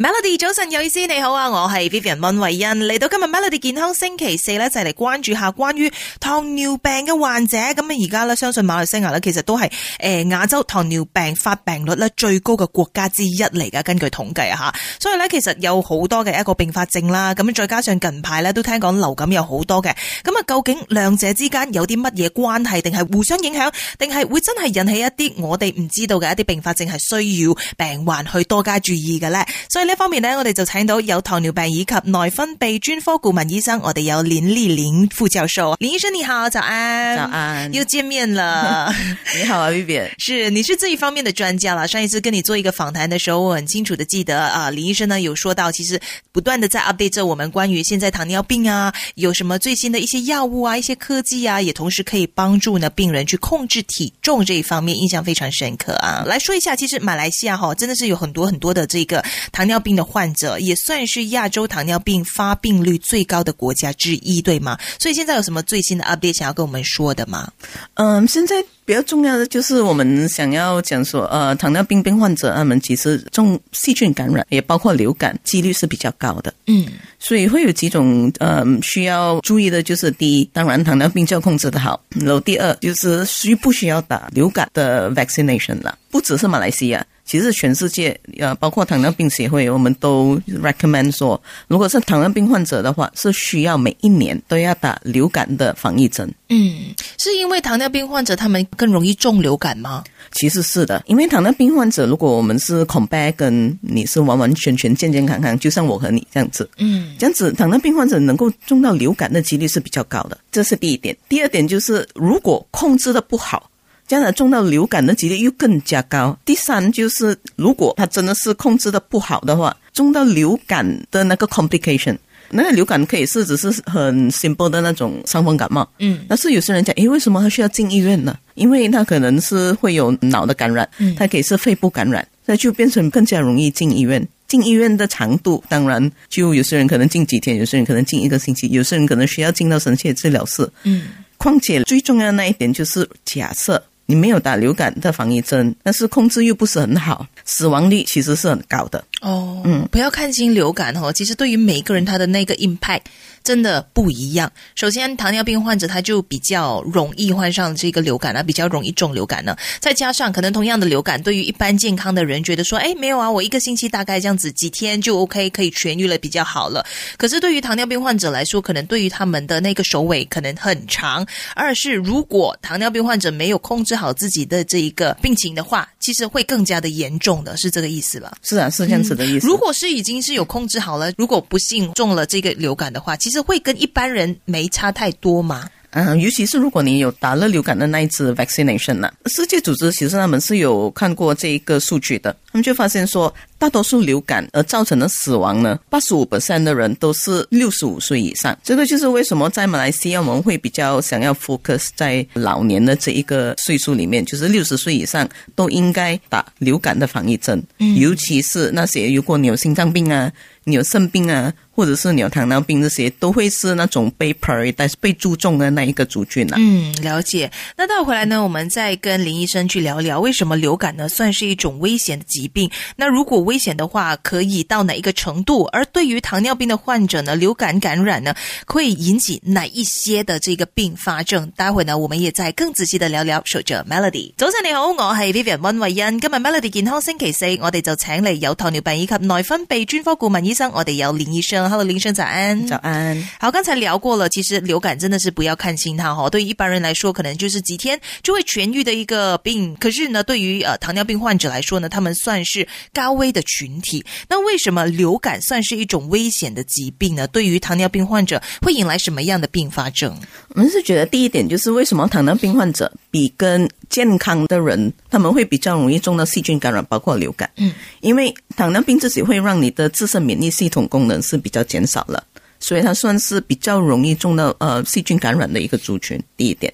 Melody 早晨有意思，你好啊，我係 Vivian 温慧欣，嚟到今日 Melody 健康星期四咧，就嚟關注下關於糖尿病嘅患者。咁啊，而家咧，相信馬來西亞咧，其實都係诶亞洲糖尿病發病率咧最高嘅國家之一嚟噶。根據統計啊吓，所以咧其實有好多嘅一個并發症啦。咁再加上近排咧都聽講流感有好多嘅。咁啊，究竟兩者之間有啲乜嘢關係，定係互相影響，定係會真係引起一啲我哋唔知道嘅一啲并發症係需要病患去多加注意嘅咧？所以呢方面呢，我哋就請到有糖尿病以及內分泌專科顧問醫生，我哋有林麗玲副教授。林醫生你好，早安，早 安又见面了。你好啊，Vivian。是，你是这一方面的专家啦。上一次跟你做一个访谈的时候，我很清楚的记得啊，林医生呢有说到，其实不断的在 update 着我们关于现在糖尿病啊，有什么最新的一些药物啊、一些科技啊，也同时可以帮助呢病人去控制体重这一方面，印象非常深刻啊。来说一下，其实马来西亚哈、真的是有很多很多的这个糖尿病的患者，也算是亚洲糖尿病发病率最高的国家之一，对吗？所以现在有什么最新的 update 想要跟我们说的吗？嗯，现在比较重要的就是我们想要讲说，呃，糖尿病病患者他们其实中细菌感染，也包括流感，几率是比较高的。嗯，所以会有几种呃需要注意的，就是第一，当然糖尿病就要控制的好；然后第二，就是需不需要打流感的 vaccination 啦？不只是马来西亚，其实全世界呃，包括糖尿病协会，我们都 recommend 说，如果是糖尿病患者的话，是需要每一年都要打流感的防疫针。嗯，是因为糖尿病患者他们更容易中流感吗？其实是的，因为糖尿病患者，如果我们是 compare 跟你是完完全全健健康康，就像我和你这样子，嗯这样子糖尿病患者能够中到流感的几率是比较高的，这是第一点。第二点就是，如果控制的不好。将来中到流感的几率又更加高。第三就是，如果他真的是控制的不好的话，中到流感的那个 complication，那个流感可以是只是很 simple 的那种伤风感冒，嗯但是有些人讲，诶，为什么他需要进医院呢？因为他可能是会有脑的感染嗯，他可以是肺部感染，那就变成更加容易进医院。进医院的长度，当然就有些人可能进几天，有些人可能进一个星期，有些人可能需要进到深切治疗室。嗯况且最重要的那一点就是，假设你没有打流感的防疫针，但是控制又不是很好，死亡率其实是很高的。哦，嗯，不要看轻流感哦，其实对于每一个人他的那个 impact 真的不一样。首先，糖尿病患者他就比较容易患上这个流感啊，比较容易中流感呢。再加上可能同样的流感，对于一般健康的人觉得说，哎，没有啊，我一个星期大概这样子几天就 OK，可以痊愈了，比较好了。可是对于糖尿病患者来说，可能对于他们的那个手尾可能很长。二是如果糖尿病患者没有控制好自己的这一个病情的话，其实会更加的严重的，是这个意思吧？是啊，是这样子的意思。如果是已经是有控制好了，如果不幸中了这个流感的话，其实会跟一般人没差太多嘛。嗯、尤其是如果你有打了流感的那一支 vaccination 呢、世界组织其实他们是有看过这一个数据的，他们就发现说，大多数流感而造成的死亡呢，八十五的人都是六十五岁以上。这个就是为什么在马来西亚我们会比较想要 focus 在老年的这一个岁数里面，就是六十岁以上都应该打流感的防疫针，尤其是那些如果你有心脏病啊。你有肾病啊，或者是你有糖尿病这些，都会是那种被 prioritize 被注重的那一个族群啊。嗯，了解。那待会回来呢，我们再跟林医生去聊聊为什么流感呢算是一种危险的疾病。那如果危险的话，可以到哪一个程度？而对于糖尿病的患者呢，流感感染呢会引起哪一些的这个并发症？待会呢，我们也再更仔细的聊聊。守着 Melody，早晨你好，我系 Vivian 温慧欣。今日 Melody 健康星期四，我哋就请嚟有糖尿病以及内分泌专科顾问医生，我哋有林医生。Hello，林医生早安。早安，好，刚才聊过了，其实流感真的是不要看轻它哈。对于一般人来说，可能就是几天就会痊愈的一个病，可是呢，对于呃糖尿病患者来说呢，他们算是高危的群体。那为什么流感算是一种危险的疾病呢？对于糖尿病患者会引来什么样的并发症？我们是觉得第一点就是为什么糖尿病患者比跟健康的人，他们会比较容易中到细菌感染，包括流感。嗯，因为糖尿病自己会让你的自身免疫系统功能是比较减少了，所以它算是比较容易中到呃细菌感染的一个族群。第一点，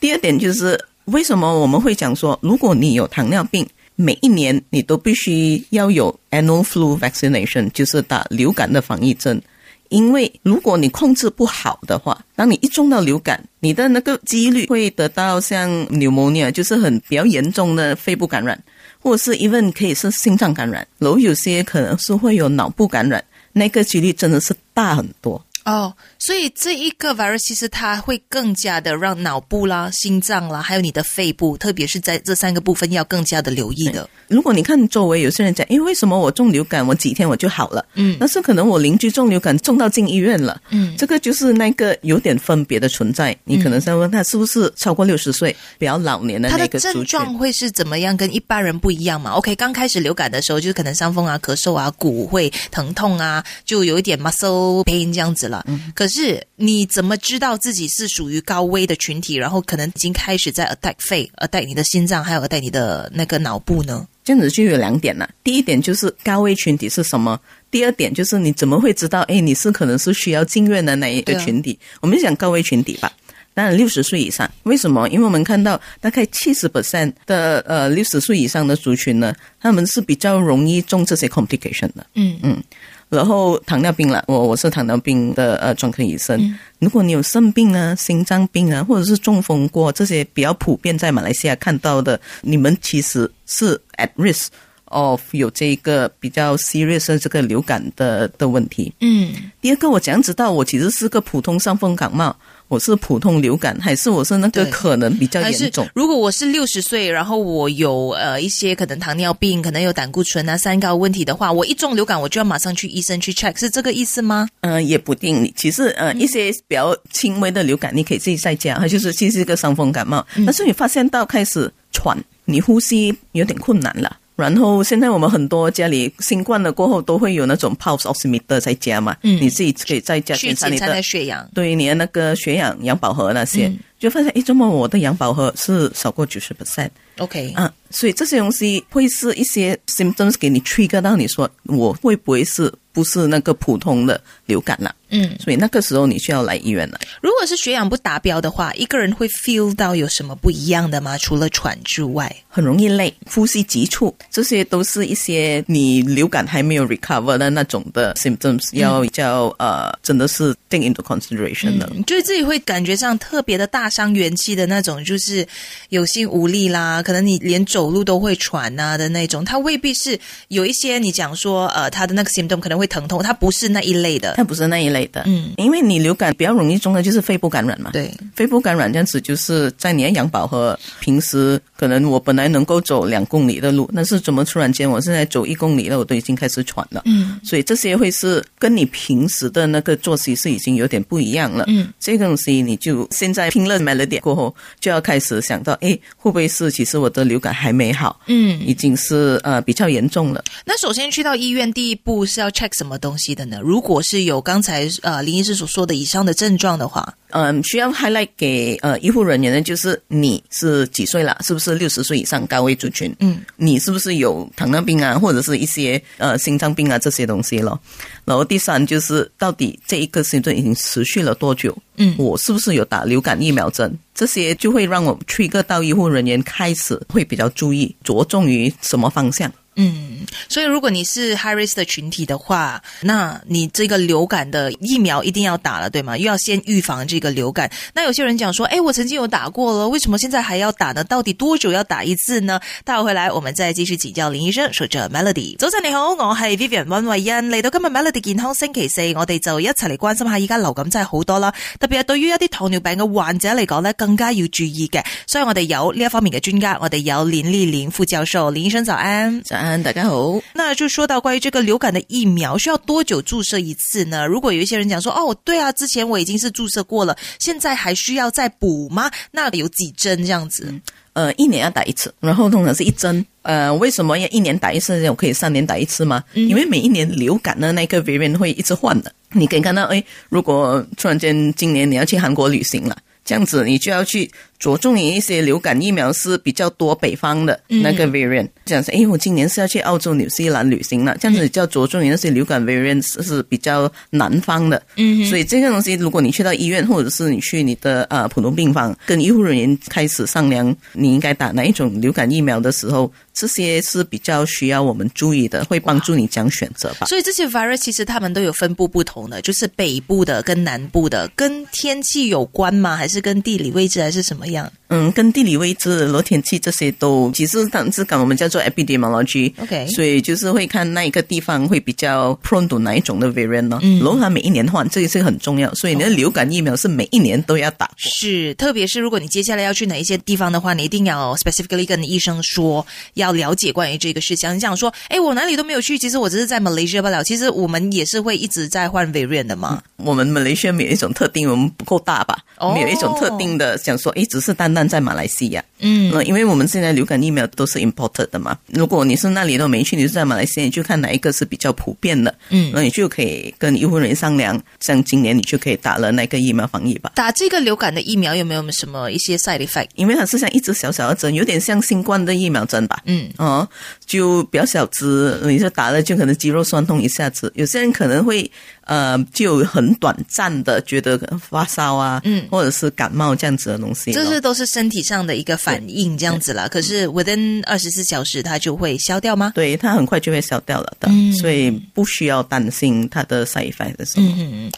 第二点就是为什么我们会讲说，如果你有糖尿病，每一年你都必须要有 annual flu vaccination，就是打流感的防疫针。因为如果你控制不好的话，当你一中到流感，你的那个几率会得到像 pneumonia，就是很比较严重的肺部感染，或者是 even 可以是心脏感染，然后有些可能是会有脑部感染，那个几率真的是大很多。哦，所以这一个 virus 其实它会更加的让脑部啦、心脏啦，还有你的肺部，特别是在这三个部分要更加的留意的。如果你看周围有些人讲，诶，为什么我中流感，我几天我就好了？嗯但是可能我邻居中流感中到进医院了。嗯，这个就是那个有点分别的存在，你可能在问他是不是超过六十岁、比较老年的它那的个症族群。状会是怎么样？跟一般人不一样嘛？OK，刚开始流感的时候，就是可能伤风啊、咳嗽啊、骨会疼痛啊，就有一点 muscle pain 这样子了。嗯可是你怎么知道自己是属于高危的群体，然后可能已经开始在 attack 肺、attack 你的心脏，还有 attack 你的那个脑部呢？这样子就有两点了。第一点就是高危群体是什么？第二点就是你怎么会知道？哎，你是可能是需要进院的那一个对啊群体？我们就讲高危群体吧。当然，六十岁以上，为什么？因为我们看到大概七十 percent 的呃六十岁以上的族群呢，他们是比较容易中这些 complication 的。嗯嗯。然后糖尿病了，我我是糖尿病的呃专科医生。嗯如果你有肾病啊、心脏病啊，或者是中风过这些比较普遍在马来西亚看到的，你们其实是 at risk of 有这一个比较 serious 的这个流感的的问题。嗯，第二个，我怎样知道我其实是个普通伤风感冒，我是普通流感，还是我是那个对可能比较还是严重？如果我是六十岁，然后我有呃一些可能糖尿病，可能有胆固醇啊、三高问题的话，我一中流感我就要马上去医生去 check，是这个意思吗？呃，也不定。你其实嗯呃，一些比较轻微的流感，你可以自己在家，它就是其实是一个伤风感冒。嗯但是你发现到开始喘，你呼吸有点困难了。然后现在我们很多家里新冠了过后都会有那种 pulse oximeter 在家嘛，嗯你自己可以在家去检查检你查的在血氧。对你的那个血氧、氧饱和那些，嗯就发现哎诶，怎么我的氧饱和是少过九十 percent？ OK，、啊，所以这些东西会是一些 symptoms 给你 trigger 到你说我会不会是不是那个普通的流感了、嗯，所以那个时候你需要来医院了。啊如果是血氧不达标的话，一个人会 feel 到有什么不一样的吗？除了喘之外，很容易累，呼吸急促，这些都是一些你流感还没有 recover 的那种的 symptoms，要嗯叫、呃，真的是 take into consideration 的。嗯，就是自己会感觉上特别的大伤元气的那种，就是有心无力啦，可能你连走路都会喘呐、的那种。它未必是有一些你讲说呃，它的那个 symptom 可能会疼痛，它不是那一类的。它不是那一类的，嗯，因为你流感比较容易中的就是肺部感染嘛，对，肺部感染这样子，就是在你的氧饱和，平时可能我本来能够走两公里的路，但是怎么突然间我现在走一公里了，我都已经开始喘了。嗯所以这些会是跟你平时的那个作息是已经有点不一样了。嗯，这个东西你就现在拼了 melody 过后，就要开始想到，诶，会不会是其实我的流感还没好，嗯。已经是呃比较严重了。那首先去到医院，第一步是要 check 什么东西的呢？如果是有刚才呃林医师所说的以上的症状的话，嗯，需要 highlight 给呃医护人员的就是你是几岁了，是不是六十岁以上高危族群？嗯，你是不是有糖尿病啊，或者是一些呃心脏病啊这些东西咯？然后第三就是到底这一个新症已经持续了多久？嗯我是不是有打流感疫苗针？这些就会让我 trigger 到医护人员开始会比较注意，着重于什么方向。嗯，所以如果你是 high risk 的群体的话，那你这个流感的疫苗一定要打了，对吗？又要先预防这个流感。那有些人讲说，哎，我曾经有打过了，为什么现在还要打呢？到底多久要打一次呢？待会回来我们再继续请教林医生。说着 Melody，早晨你好，我係 Vivian 温慧欣，嚟到今日 Melody 健康星期四，我哋就一齊嚟關心下依家流感真係好多啦，特別係對於一啲糖尿病嘅患者嚟講呢，更加要注意嘅。所以我哋有呢一方面嘅專家，我哋有林麗玲副教授，林醫生早安。早安，大家好。那就说到关于这个流感的疫苗需要多久注射一次呢？如果有一些人讲说，哦，对啊，之前我已经是注射过了，现在还需要再补吗？那有几针这样子？呃，一年要打一次，然后通常是一针。呃，为什么要一年打一次？我可以三年打一次吗？因为每一年流感的那个 variant 会一直换的。你可以看到，哎，如果突然间今年你要去韩国旅行了，这样子你就要去着重于一些流感疫苗是比较多北方的那个 variant。这样子，哎，我今年是要去澳洲、纽西兰旅行了，这样子你就要着重于那些流感 variant 是是比较南方的。嗯，所以这个东西，如果你去到医院，或者是你去你的呃普通病房，跟医护人员开始商量你应该打哪一种流感疫苗的时候，这些是比较需要我们注意的，会帮助你讲选择吧。所以这些 virus 其实它们都有分布不同的，就是北部的跟南部的，跟天气有关吗？还是跟地理位置还是什么样？嗯，跟地理位置、罗天气这些都，其实当时讲我们叫做 epidemiology。 OK 所以就是会看那一个地方会比较 prone to 哪一种的 variant 咯。嗯，龙它每一年换，这个是很重要，所以哦你的流感疫苗是每一年都要打。是，特别是如果你接下来要去哪一些地方的话，你一定要 specifically 跟医生说，要了解关于这个事情。你想说，哎，我哪里都没有去，其实我只是在 Malaysia 罢了。其实我们也是会一直在换 variant 的嘛。我们马来西亚没有一种特定，我们不够大吧？哦我们有一种特定的，想说，诶，只是单单在马来西亚。嗯那因为我们现在流感疫苗都是 imported 的嘛，如果你是那里都没去，你是在马来西亚，你就看哪一个是比较普遍的，嗯那你就可以跟医护人员商量，像今年你就可以打了那个疫苗防疫吧。打这个流感的疫苗有没有什么一些 side effect？因为它是像一支小小的针，有点像新冠的疫苗针吧，嗯，哦，就比较小只，你就打了就可能肌肉酸痛一下子。有些人可能会呃，就有很短暂的觉得发烧啊，嗯或者是感冒这样子的东西咯。这是都是身体上的一个反应这样子啦。可是 within 二十四小时它就会消掉吗？对，它很快就会消掉了的，所以不需要担心它的 side effect 是什么。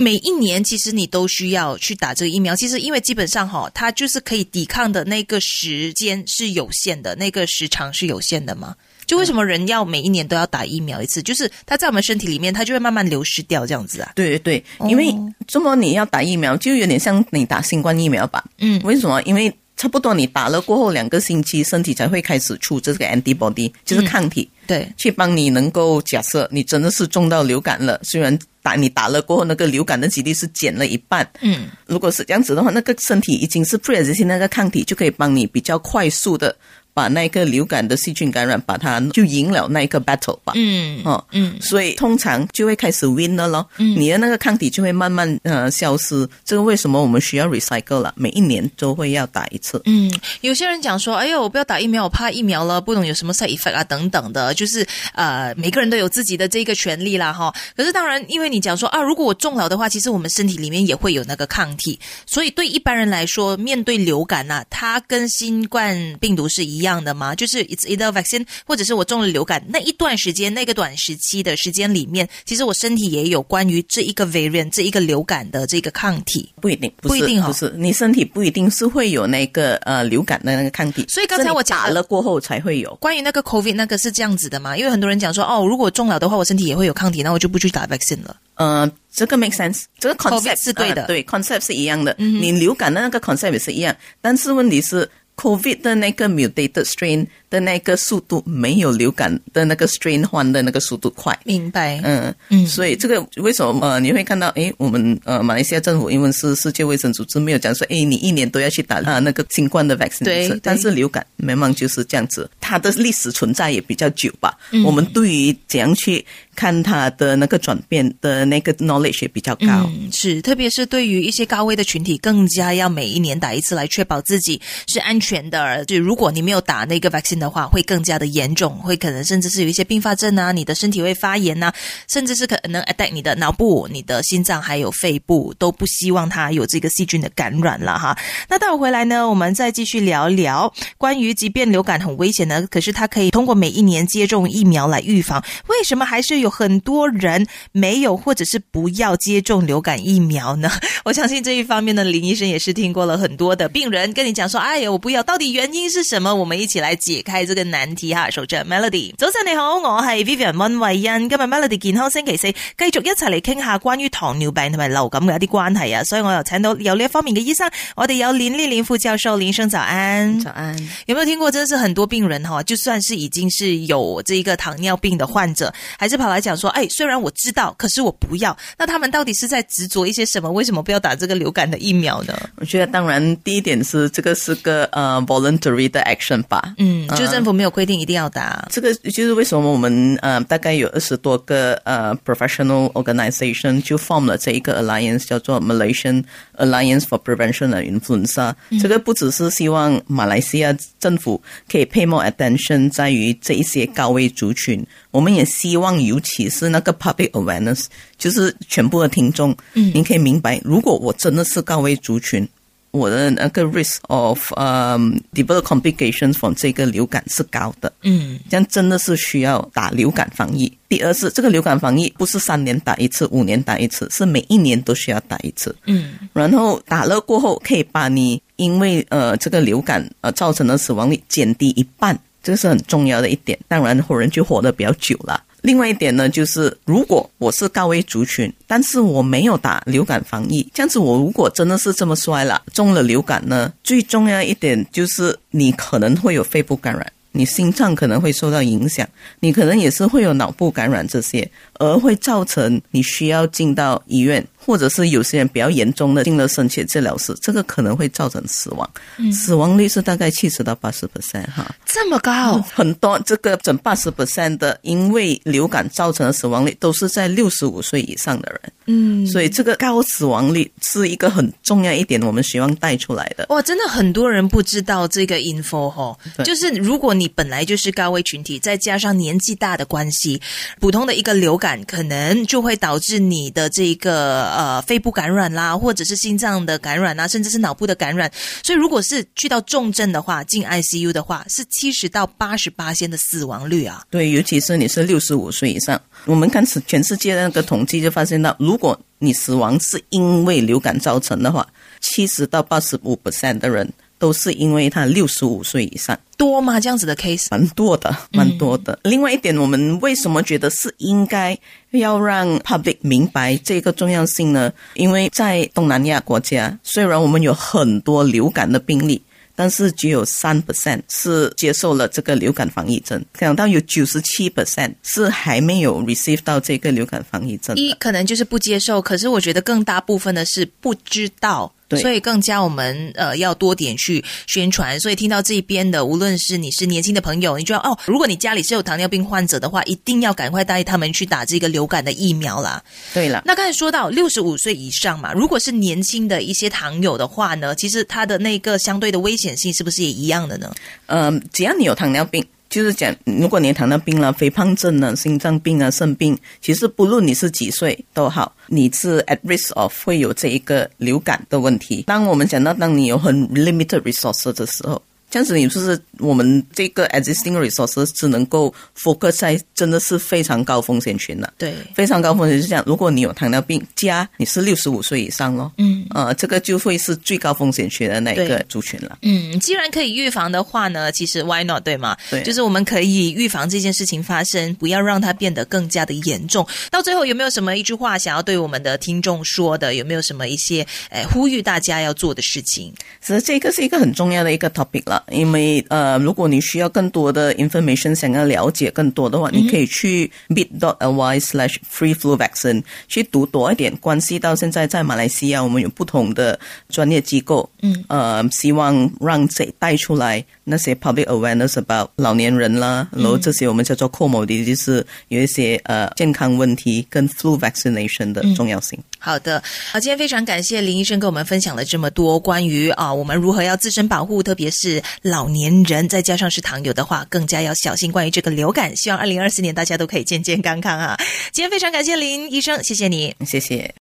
每一年其实你都需要去打这个疫苗，其实因为基本上哈、它就是可以抵抗的那个时间是有限的，那个时长是有限的嘛。就为什么人要每一年都要打疫苗一次？就是它在我们身体里面，它就会慢慢流失掉这样子啊。对对对，因为这么你要打疫苗，就有点像你打新冠疫苗吧？嗯为什么？因为差不多你打了过后两个星期，身体才会开始出这个 antibody，就是抗体。对，去帮你能够假设你真的是中到流感了，虽然打你打了过后，那个流感的几率是减了一半。嗯，如果是这样子的话，那个身体已经是 p r e x i s t i n 那个抗体就可以帮你比较快速的把那个流感的细菌感染，把它就赢了那一个 battle 吧。嗯哦，嗯，所以通常就会开始 win 了咯，你的那个抗体就会慢慢呃消失。这个为什么我们需要 recycle 了？每一年都会要打一次。嗯，有些人讲说，哎呦，我不要打疫苗，我怕疫苗了，不懂有什么 side effect 啊，等等的，就是呃，每个人都有自己的这个权利啦，哈。可是当然，因为你讲说啊，如果我中了的话，其实我们身体里面也会有那个抗体，所以对一般人来说，面对流感呐、它跟新冠病毒是一样的吗？就是 it's either vaccine，或者是我中了流感那一段时间、那个短时期的时间里面，其实我身体也有关于这一个 variant、这一个流感的这个抗体。不一定，不不是一定哦不是，你身体不一定是会有那个呃流感的那个抗体，所以刚才我是你讲打的了过后才会有。关于那个 COVID 那个是这样子的嘛？因为很多人讲说，哦，如果中了的话，我身体也会有抗体，那我就不去打 vaccine 了。呃，这个 make sense，这个 COVID concept 是对的嗯啊对 concept 是一样的，你流感的那个 concept 也是一样，但是问题是 COVID 的那个 mutated strain 的那个速度没有流感的那个 strain 换的那个速度快。明白。嗯嗯所以这个为什么呃你会看到诶，我们呃马来西亚政府因为是世界卫生组织没有讲说诶，你一年都要去打啊那个新冠的 vaccine 对一次对但是流感没忙就是这样子，它的历史存在也比较久吧。嗯我们对于怎样去看它的那个转变的那个 knowledge 也比较高。嗯，是，特别是对于一些高危的群体，更加要每一年打一次，来确保自己是安全的。就如果你没有打那个 vaccine 的话，会更加的严重，会可能甚至是有一些并发症啊，你的身体会发炎啊，甚至是可能 attack 你的脑部、你的心脏还有肺部，都不希望它有这个细菌的感染了哈。那待会回来呢，我们再继续聊聊关于即便流感很危险呢，可是它可以通过每一年接种疫苗来预防，为什么还是有很多人没有或者是不要接种流感疫苗呢？ 我相信这一方面呢，林医生也是听过了很多的病人跟你讲说，哎呀，我不要，到底原因是什么？我们一起来解开这个难题哈。守着 Melody，早晨你好，我系 Vivian 温慧欣，今日 Melody 健康星期四，继续一齐嚟倾下关於糖尿病同埋流感嘅一啲關係啊，所以我又請到有呢一方面嘅醫生，我哋有林麗玲副教授，林醫生早安。早安，有没有听过？真的是很多病人哈，就算是已经是有这一个糖尿病的患者，还是跑来讲说，哎，虽然我知道，可是我不要。那他们到底是在执着一些什么？为什么不要打这个流感的疫苗呢？我觉得当然第一点是这个是个呃 voluntary 的 action 吧，嗯，就嗯政府没有规定一定要打。这个就是为什么我们呃大概有二十多个呃 professional organization 就 form 了这一个 alliance 叫做 Malaysian Alliance for Prevention of Influenza、这个不只是希望马来西亚政府可以 pay more attention 在于这一些高危族群，我们也希望尤其是那个 public awareness，就是全部的听众，嗯，您可以明白，如果我真的是高危族群，我的那个 risk of um develop complications from 这个流感是高的，嗯这样真的是需要打流感防疫。第二是这个流感防疫不是三年打一次，五年打一次，是每一年都需要打一次。嗯然后打了过后，可以把你因为呃这个流感呃造成的死亡率减低一半，这是很重要的一点。当然，后人就活得比较久了。另外一点呢，就是如果我是高危族群，但是我没有打流感防疫，这样子我如果真的是这么衰了，中了流感呢，最重要一点就是你可能会有肺部感染，你心脏可能会受到影响，你可能也是会有脑部感染这些，而会造成你需要进到医院，或者是有些人比较严重的进了深切治疗室，这个可能会造成死亡，死亡率是大概七十到八十 percent 哈。这么高，很多这个整八十 percent 的因为流感造成的死亡率都是在六十五岁以上的人，嗯，所以这个高死亡率是一个很重要一点，我们希望带出来的。哇，真的很多人不知道这个 info 哈、对就是如果你本来就是高危群体，再加上年纪大的关系，普通的一个流感可能就会导致你的这个呃肺部感染啦，或者是心脏的感染啊，甚至是脑部的感染。所以如果是去到重症的话，进 ICU 的话，是七十到八十八的死亡率啊。对，尤其是你是六十五岁以上，我们看全全世界的那个统计就发现到，如果你死亡是因为流感造成的话，七十到八十五 percent 的人都是因为他六十五岁以上。多吗？这样子的 case？蛮多的，蛮多的。另外一点，我们为什么觉得是应该要让 public 明白这个重要性呢？因为在东南亚国家，虽然我们有很多流感的病例。但是只有三 percent 是接受了这个流感防疫针，想到有九十七 percent 是还没有 receive 到这个流感防疫针的。一可能就是不接受，可是我觉得更大部分的是不知道。对所以更加我们呃要多点去宣传，所以听到这边的，无论是你是年轻的朋友，你就要哦，如果你家里是有糖尿病患者的话，一定要赶快带他们去打这个流感的疫苗啦。对了，那刚才说到六十五岁以上嘛，如果是年轻的一些糖友的话呢，其实它的那个相对的危险性是不是也一样的呢？嗯，只要你有糖尿病，就是讲，如果你有糖尿病啦、肥胖症啦、心脏病啊、肾病，其实不论你是几岁都好，你是 at risk of 会有这一个流感的问题。当我们讲到，当你有很 limited resources 的时候。这样子，也就是我们这个 existing resources 只能够 focus 在真的是非常高风险群了。对，非常高风险是这样，如果你有糖尿病加你是六十五岁以上咯，嗯，呃，这个就会是最高风险群的那一个对族群了。嗯，既然可以预防的话呢，其实 why not 对吗？对就是我们可以预防这件事情发生，不要让它变得更加的严重。到最后有没有什么一句话想要对我们的听众说的？有没有什么一些诶、呼吁大家要做的事情？其实这个是一个很重要的一个 topic 了，因为呃，如果你需要更多的 information，想要了解更多的话，你可以去 bit dot ly slash free flu vaccine 去读多一点，关系到现在在马来西亚我们有不同的专业机构，嗯，呃，希望让这带出来那些 public awareness about 老年人啦，然后这些我们叫做 comorbid，就是有一些呃健康问题跟 flu vaccination 的重要性。好的，啊，今天非常感谢林医生跟我们分享了这么多关于啊我们如何要自身保护，特别是老年人，再加上是糖友的话，更加要小心关于这个流感。希望二零二四年大家都可以健健康康啊！今天非常感谢林医生，谢谢你。谢谢。